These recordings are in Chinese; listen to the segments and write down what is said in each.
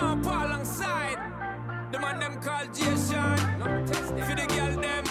on Paul side. The man them call Jason. For the girl them.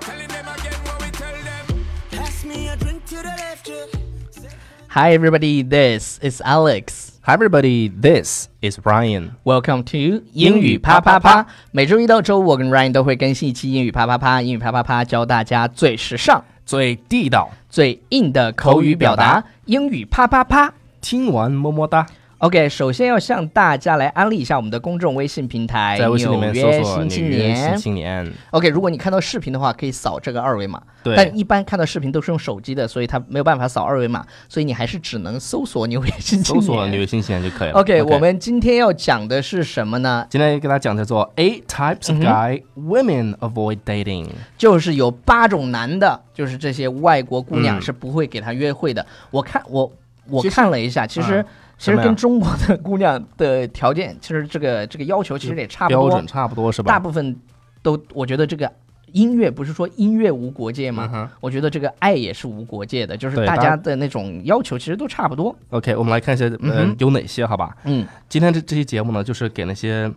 Telling them again what we tell them. Pass me a drink to the left, yeah. Hi, everybody. This is Alex. Hi, everybody. This is Ryan. Welcome to 英英语语啪啪啪啪啪啪。每周一到周五，我跟 Ryan 都会更新一期英语啪啪啪。英语啪啪啪教大家最时尚、最地道，最硬的口语表口语表达达。英语啪啪啪。听完么么哒。 OK，首先要向大家来安利一下我们的公众微信平台在微信里面搜索哎“纽约新纽青约新年”。青年 OK，如果你看到视频的话，可以扫这个二维码。对但一般看到视频都是用手机的，所以它没有办法扫二维码，所以你还是只能搜索纽约新”，青搜年。索“纽约新青年”就可以了。 OK，我们今天要讲的是什么呢？今天给大家讲叫做 “Eight 嗯 types of guy women avoid dating”。就是有八种男的，就是这些外国姑娘嗯是不会给他约会的。我看我我其实看了一下，其实、啊其什实么呀跟中国的姑娘的条件， 其实这个这个要求其实也差不多，标准差不多是吧？大部分都我觉得这个。音乐不是说音乐无国界吗嗯？哼我觉得这个爱也是无国界的，就是对大当家的那种要求其实都差不多。 OK，我们来看一下，嗯嗯哼，有哪些？好吧，嗯，今天这这期节目呢，就是给那些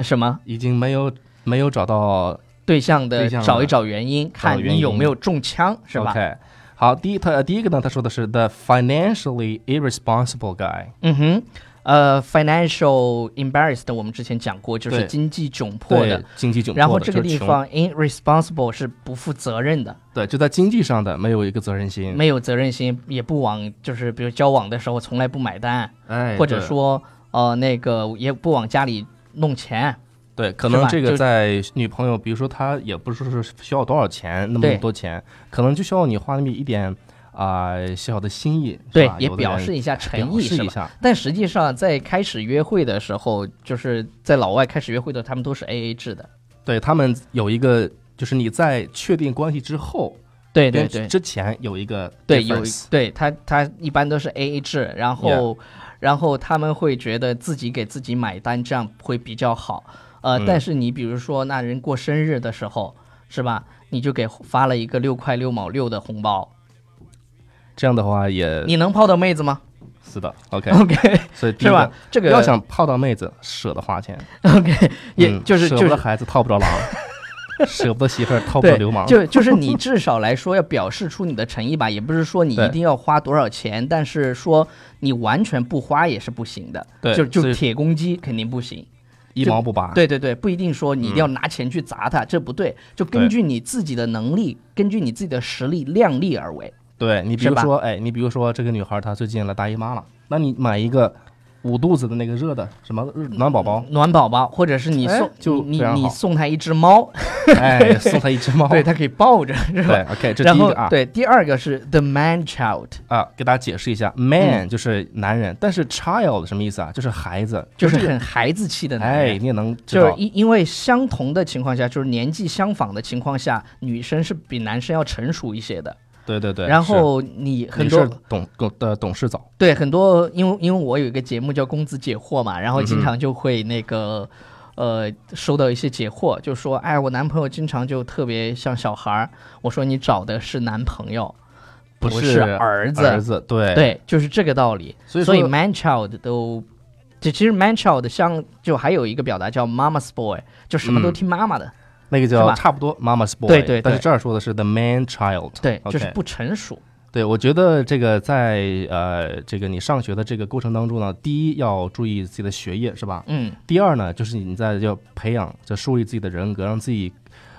什么已经没有没有找到对象的对象的找一找原因，看原你有因没有中枪，是吧 OK，好，第一他呃第一个呢，他说的是 the financially irresponsible guy，嗯哼，呃，financial embarrassed，我们之前讲过，就是对经济窘迫的对。经济窘迫的，然后这个就是地穷方 irresponsible 是不负责任的，对，就在经济上的没有一个责任心，没有责任心，也不往就是比如交往的时候从来不买单，哎或者对说呃那个也不往家里弄钱，对，可是能吧这就个在女朋友，比如说她也不是说是需要多少钱那对么多钱，可能就需要你花那么一点啊、小小的心意，是对吧，也有的表人哎示一下表诚意示是一吧？下，但实际上在开始约会的时候，就是在老外开始约会的时候，他们都是 A A 制的。对他们有一个就是你在确定关系之后，对对跟对，之前有一个对，有 difference 对他他一般都是 A A 制，然后然后他们会觉得自己给自己买单，这样会比较好。呃，嗯但是你比如说那人过生日的时候，是吧？你就给发了一个六块六毛六的红包，这样的话也你能泡到妹子吗是的，OK， ？OK，所以第一是吧个？这个要想泡到妹子，舍得花钱， OK，也嗯就是舍就不得是。孩子套不着狼， 舍不得媳妇儿套不着对流氓，，就就是你至少来说要表示出你的诚意吧，也不是说你对一定要花多少钱，但是说你完全不花也是不行的，对就所就以铁公鸡肯定不行。一毛不拔，对对对，不一定说你一定要拿钱去砸它，这不对。就根嗯对据你自己的能力，根据你自己的实力，量力而为。对你比是如吧说，哎，你比如说这个女孩她最近来大姨妈了，那你买一个捂肚子的那个热的什么暖 宝宝，暖宝宝，或者是你哎送就你非常你好送他一只猫，哎，送她一只猫。对，它可以抱着，是对吧？ ，OK，这然第一后个啊，对第二个是 the man child，啊，给大家解释一下，man 嗯就是男人，但是 child 什么意思啊？就是孩子，就是很孩子气的男哎，人。你也能知就是道，因因为相同的情况下，就是年纪相仿的情况下，女生是比男生要成熟一些的。对对对。然是后你很你多是懂懂的懂事早，对，很多因为因为我有一个节目叫《公子解惑》嘛，然后嗯经常就会那个。呃，收到一些解惑，就说，哎，我男朋友经常就特别像小孩儿。我说你找的是男朋友，不是儿子。儿子，对，对，就是这个道理。所以所以说 man child 都，就其实 man child 像就还有一个表达叫 mama's boy，就什么都嗯听妈妈的。那个是叫吧差不多 mama's boy，对对但是对这儿说的是 the man child，对 OK 就是不成熟。对，我觉得这个在呃这个你上学的这个过程当中呢，第一要注意自己的学业是吧？嗯，第二呢，就是你在要培养，就树立自己的人格，让自己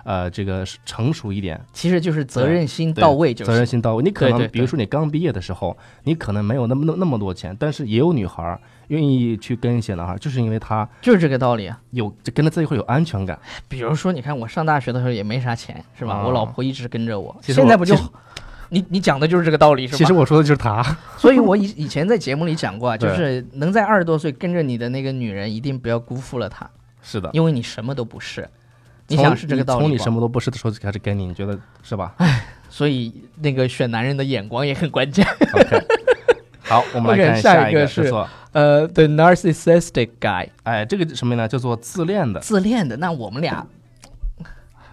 呃这个是成熟一点，其实就是责对任心对到位就行。责任心到位。你可能对对对比如说你刚毕业的时候，你可能没有那么那那么多钱，但是也有女孩儿愿意去跟一些男孩儿，就是因为他就是这个道理啊。有就跟他在一块儿有安全感。比如说，你看我上大学的时候也没啥钱，是吧？啊我老婆一直跟着我，其实现我在不就其实你你讲的就是这个道理，是吧？其实我说的就是 他，所以我以以前在节目里讲过啊，就对是能在二十多岁跟着你的那个女人，一定不要辜负了她，是的。因为你什么都不是。你从想是这个道理从你吧什么都不是的时候就开始跟你，你觉得是吧所以那个选男人的眼光也很关 键。 ？OK，好，我们 OK，来看下下一一个，个叫是做呃、t h e narcissistic guy，哎，这个什么呢？叫做自恋的。自恋的。那我们俩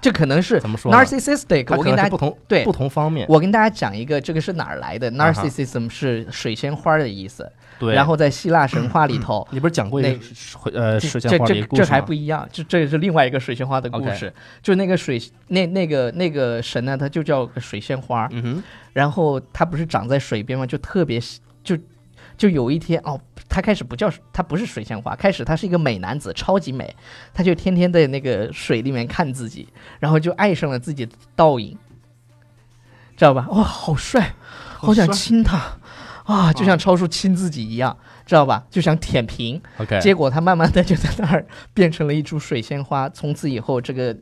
这可能是怎么说呢 narcissistic。它我可跟能大家是不同对不同方面，我跟大家讲一个，这个是哪儿来的啊哈？narcissism 是水仙花的意思。对。然后在希腊神话里头，你不是讲过一那个水水呃这水这仙花的一这个故事这吗还不一样，这这是另外一个水仙花的故 OK 事。就那个水那那个那个神呢，他就叫水仙花。嗯哼然后它不是长在水边吗？就特别喜就就有一天哦，它开始不叫它不是水仙花，开始它是一个美男子，超级美，他就天天在那个水里面看自己，然后就爱上了自己的倒影，知道吧？哇、好帅，好想帅亲他啊，就像超叔亲自己一样，知道吧？就想舔屏。 ，OK，结果他慢慢的就在那儿变成了一株水仙花。 从此以后，这个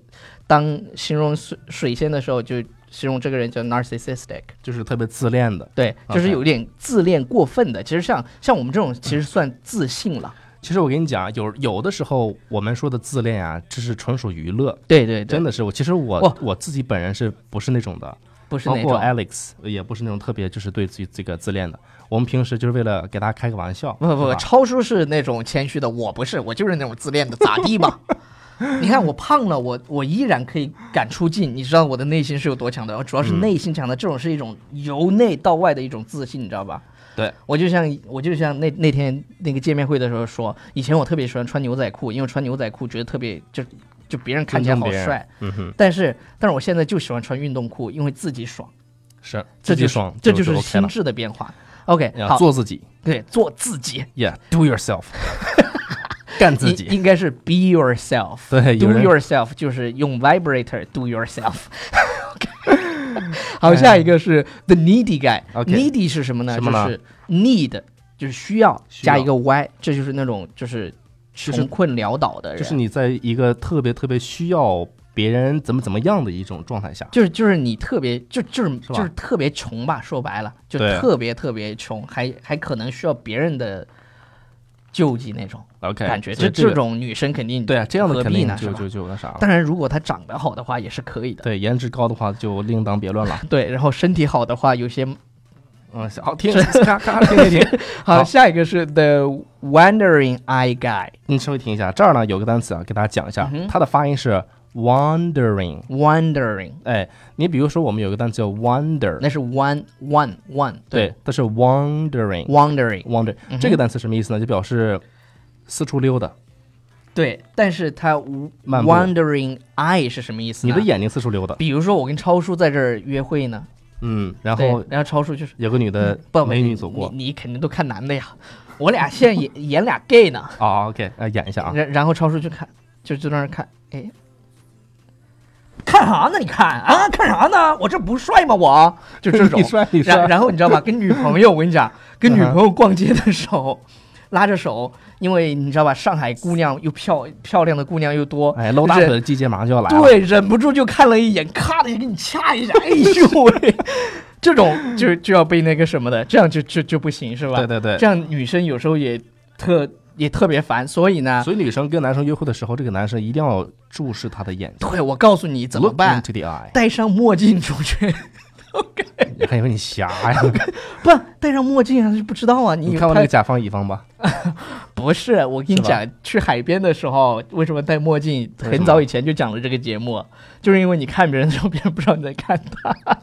当形容水水仙的时候，就形容这个人叫 narcissistic。就是特别自恋的。对，就是 OK 嗯有点自恋过分的。其实像像我们这种，其实算自信了。其实我跟你讲，啊有有的时候我们说的自恋啊，这是纯属娱乐，对对对，真的是我。其实我哇我自己本人是不是那种的，不是包那括种。 Alex 也不是那种特别就是对自己这个自恋的。我们平时就是为了给大家开个玩笑，不不不，是吧超叔是那种谦虚的，我不是，我就是那种自恋的，咋地 吧？你看我胖了，我我依然可以敢出镜，你知道我的内心是有多强的？哦我主嗯要是内心强的，这种是一种由内到外的一种自信，你知道吧？对，我就像我就像那那天那个见面会的时候说，以前我特别喜欢穿牛仔裤，因为穿牛仔裤觉得特别就就别人看起来尊好重别人帅，嗯哼，但是但是我现在就喜欢穿运动裤，因为自己爽，是这就己是爽，这就就是 OK 心了。智的变化。OK，要好，做自己对做自己， ，Yeah，do yourself，干自应己。应该是 be yourself。对，有 Do 人 yourself 就是用 vibrator do yourself。好，下一个是 the needy guy。哎 OK needy 是什么呢？什么呢就是 need 就是需要需要加一个 y，这就是那种就是是穷困潦倒的人，就是你在一个特别特别需要别人怎么怎么样的一种状态下，就是就是你特别就就是吧就是特别穷吧，说白了就对啊特别特别穷，还还可能需要别人的救济那种 OK，感觉。所以这这这个种女生肯定对啊，这样的何肯必定呢？是就吧就就那啥了。当然，如果她长得好的话也是可以的。对，颜值高的话就另当别论了。对，然后身体好的话，有些嗯，好听，咔咔停停停，好，好下一个是 The Wandering Eye Guy 你稍微停一下。这儿呢有个单词啊，给大家讲一下嗯，哼它的发音是 wandering。 Wandering，哎，你比如说我们有个单词叫 wander，那是 one one one 对，它是 wandering。 Wandering wander 嗯哼这个单词什么意思呢？就表示四处溜达，对，但是它漫步 Wandering Eye 是什么意思？啊你的，眼睛四处溜达。比如说我跟超叔在这儿约会呢，嗯，然对后然后超叔就是有个女的不美女走过你，你肯定都看男的呀，我俩现在演 演俩 gay 呢，啊，OK，呃，演一下啊，然然后超叔就看，就就在那儿看，哎。看啥呢？你看啊，看啥呢？我这不帅吗？我 就这种， 你帅你帅然，然后你知道啊吧，跟女朋友，我跟你 讲，跟女朋友逛街的时候，拉着手，因为你知道吧，上海姑娘又漂漂亮的姑娘又多，哎，搂大忍腿的季节马上就要来了。对，忍不住就看了一眼，咔的就给你掐 一下，哎呦喂，这种就就要被那个什么的，这样就就就不行是吧？对对对这样女生有时候也特也特别烦，所以呢，所以女生跟男生约会的时候，这个男生一定要注视她的眼睛，对我告诉你怎么 Look 办， ？Into the eye，戴上墨镜出去， 你还以为你瞎呀？不戴上墨镜啊，就不知道啊，你你以为看过他那个甲方乙方吧？不是，我跟你是吧讲，去海边的时候为什么戴墨镜？为什很么早以前就讲了这个节目，就是因为你看别人的时候，别人不知道你在看他。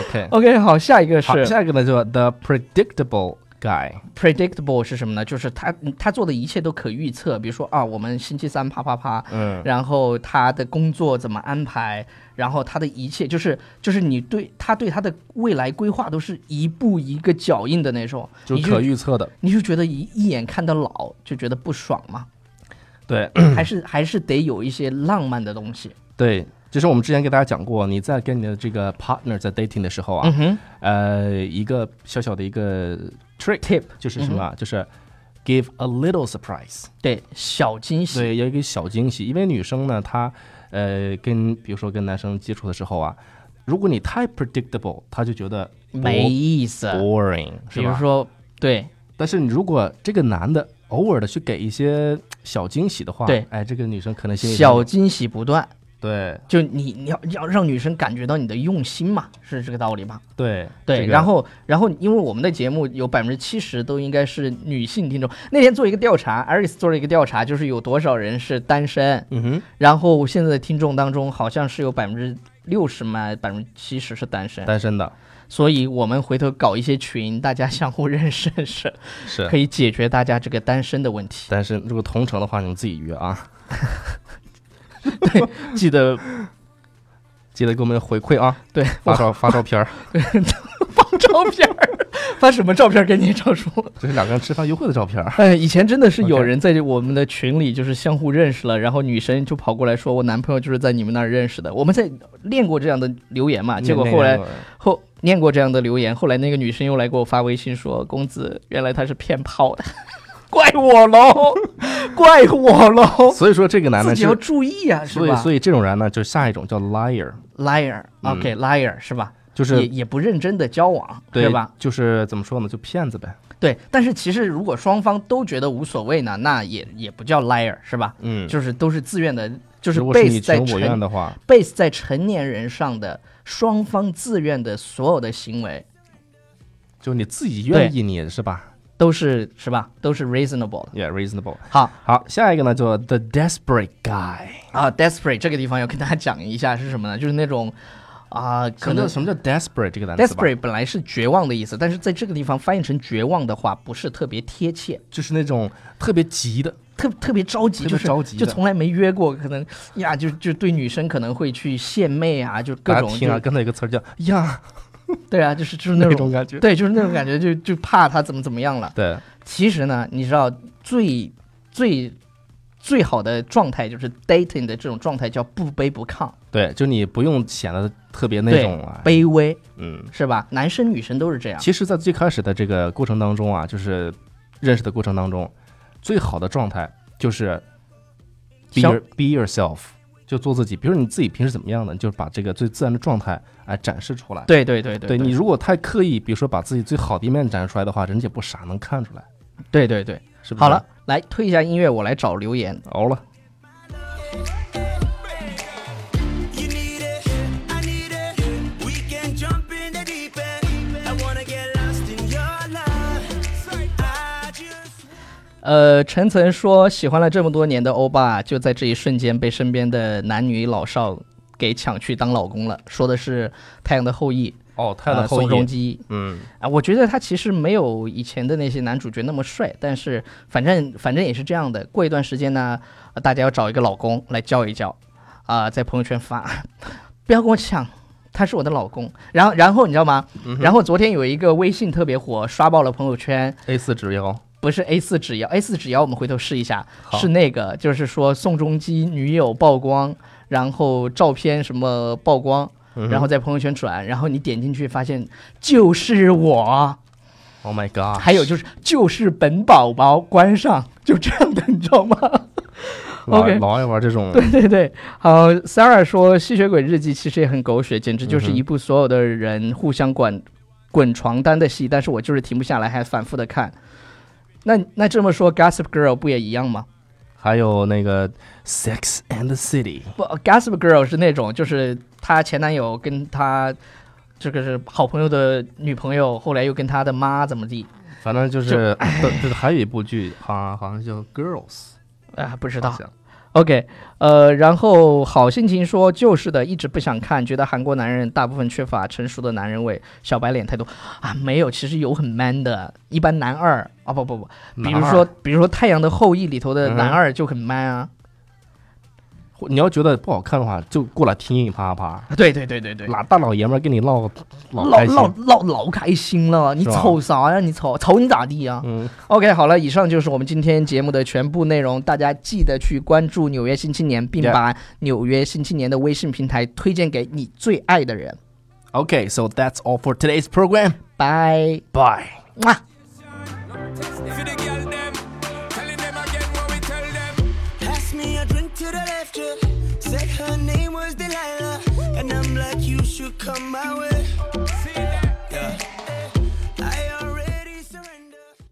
OK， OK，好，下一个好，是下一个呢叫 The Predictable Guy， predictable 是什么呢？就是他他做的一切都可预测，比如说啊，我们星期三啪啪啪，嗯，然后他的工作怎么安排，然后他的一切就是就是你对他对他的未来规划都是一步一个脚印的那种，就你可就预测的。你就觉得一一眼看到老就觉得不爽嘛，对还是还是得有一些浪漫的东西。对，就是我们之前给大家讲过，你在跟你的这个 partner 在 dating 的时候啊，哼呃，一个小小的一个 trick ，tip 就是什么啊？就是 give a little surprise。对小惊喜，对，有一个小惊喜，因为女生呢，她呃跟比如说跟男生接触的时候啊，如果你太 predictable，她就觉得呃 bo- 没意思。 boring，比是如吧？说，对但是你如果这个男的偶尔的去给一些小惊喜的话，对哎，这个女生可能心里小惊喜不断，对就你你要你要让女生感觉到你的用心嘛，是这个道理吧？对对，这个然后然后因为我们的节目有百分之七十都应该是女性听众。那天做一个调查，Aris 做了一个调查，就是有多少人是单身，嗯哼，然后现在的听众当中好像是有百分之六十嘛，百分之七十是单身，单身的所以我们回头搞一些群，大家相互认识认识，是可以解决大家这个单身的问题。单身，如果同城的话，你们自己约啊，记得记得给我们回馈啊，对发照发照片儿，放照片儿，发什么照片给你赵叔？这是两个人吃饭约会的照片儿， 哎，以前真的是有 OK 人在我们的群里就是相互认识了，然后女生就跑过来说，我男朋友就是在你们那儿认识的。我们在练过这样的留言嘛，啊结果后来那个后念过这样的留言，后来那个女生又来给我发微信说，公子，原来他是骗炮的， 怪我喽，怪我喽，所以说这个男自的己要就，注意啊，是所以吧所以这种人呢，就下一种叫 liar，嗯？liar，OK，liar、是啊吧？就也是也不认真的交往，对吧？？就是怎么说呢，就骗子呗，对，但是其实如果双方都觉得无所谓呢，那也也不叫 liar 是吧？嗯，就是都是自愿的，就是如果是你 base 在情我愿成的话， base 在成年人上的双方自愿的所有的行为就你自己愿意你是吧都是是吧？都是 reasonable 的。 ？Yeah, reasonable。好好，下一个呢叫 the desperate guy，啊，desperate 这个地方要跟大家讲一下是什么呢？就是那种啊、可什么能叫。什么叫 desperate 这个单词吧 desperate 本来是绝望的意思，但是在这个地方翻译成绝望的话，不是特别贴切。就是那种特别急的，特特别着急，特别就是着急就的从来没约过，可能哎呀，就就对女生可能会去献媚啊，就各大家种听啊，就刚才有个词儿叫呀对啊，就是就是 那那种感觉。 对，就是那种感觉，就就怕他怎么怎么样了。对，其实呢，你知道最最最好的状态就是 dating 的这种状态叫不卑不亢，对，就你不用显得特别那对种啊，卑微嗯。是吧？男生女生都是这样。其实，在最开始的这个过程当中啊，就是认识的过程当中，最好的状态就是 be 相 your, be yourself，就做自己。比如你自己平时怎么样的，你就把这个最自然的状态哎展示出来。对对对对你如果太刻意，比如说把自己最好的一面展示出来的话，人家也不傻，能看出来，对对对。是不是？好了，，来推一下音乐，我来找留言。熬了。 You need it, I need it. We can jump in the deep end. I wanna get lost in your love. I just 呃，陈岑说，喜欢了这么多年的欧巴，就在这一瞬间被身边的男女老少给抢去当老公了。说的是《太阳的后裔》哦，太阳呃的后宋仲裔，基嗯，啊、我觉得他其实没有以前的那些男主角那么帅，但是反正反正也是这样的。过一段时间呢，呃大家要找一个老公来叫一叫，啊、在朋友圈发， 不要跟我抢。他是我的老公，然后然后你知道吗？嗯然后昨天有一个微信特别火，刷爆了朋友圈， ，A 四纸腰，不是 A 四纸谣，A 四纸谣我们回头试一下，好是那个就是说宋仲基女友曝光，然后照片什么曝光，然后在朋友圈转，然后你点进去发现就是我， ，Oh my God，还有就是就是本宝宝，关上就这样的，你知道吗？ 老 OK 老爱玩这种，对对对，好，Sarah 说《吸血鬼日记》其实也很狗血，简直就是一部所有的人互相管滚床单的戏，但是我就是停不下来，还反复的看。那那这么说，《Gossip Girl》不也一样吗？还有那个 Sex and the City，不，《Gossip Girl》是那种，就是她前男友跟她这个是好朋友的女朋友，后来又跟她的妈怎么地反正就是，哎对对，还有一部剧，好像好像叫 Girls，啊、不知知道。OK，呃，然后好心情说就是的，一直不想看，觉得韩国男人大部分缺乏成熟的男人味，小白脸太多啊。没有，其实有很 man 的，一般男二啊，不不不，比如说比如说《太阳的后裔》里头的男嗯二就很 man 啊。或你要觉得不好看的话，就过来听一啪啪，啊对对对对对，老大老爷们儿跟你唠老老开心，老老老开心了，你是吧瞅啥呀？你瞅瞅你咋地啊呀？嗯， OK，好了，以上就是我们今天节目的全部内容。大家记得去关注《纽约新青年》，并 Yeah 把《纽约新青年》的微信平台推荐给你最爱的人。 Okay, so that's all for today's program. 拜， Bye. 哇！ For the girl them, telling them again what we tell them. pass me a drink to the left. yeah. Said her name was Delilah, and I'm like, you should come my way.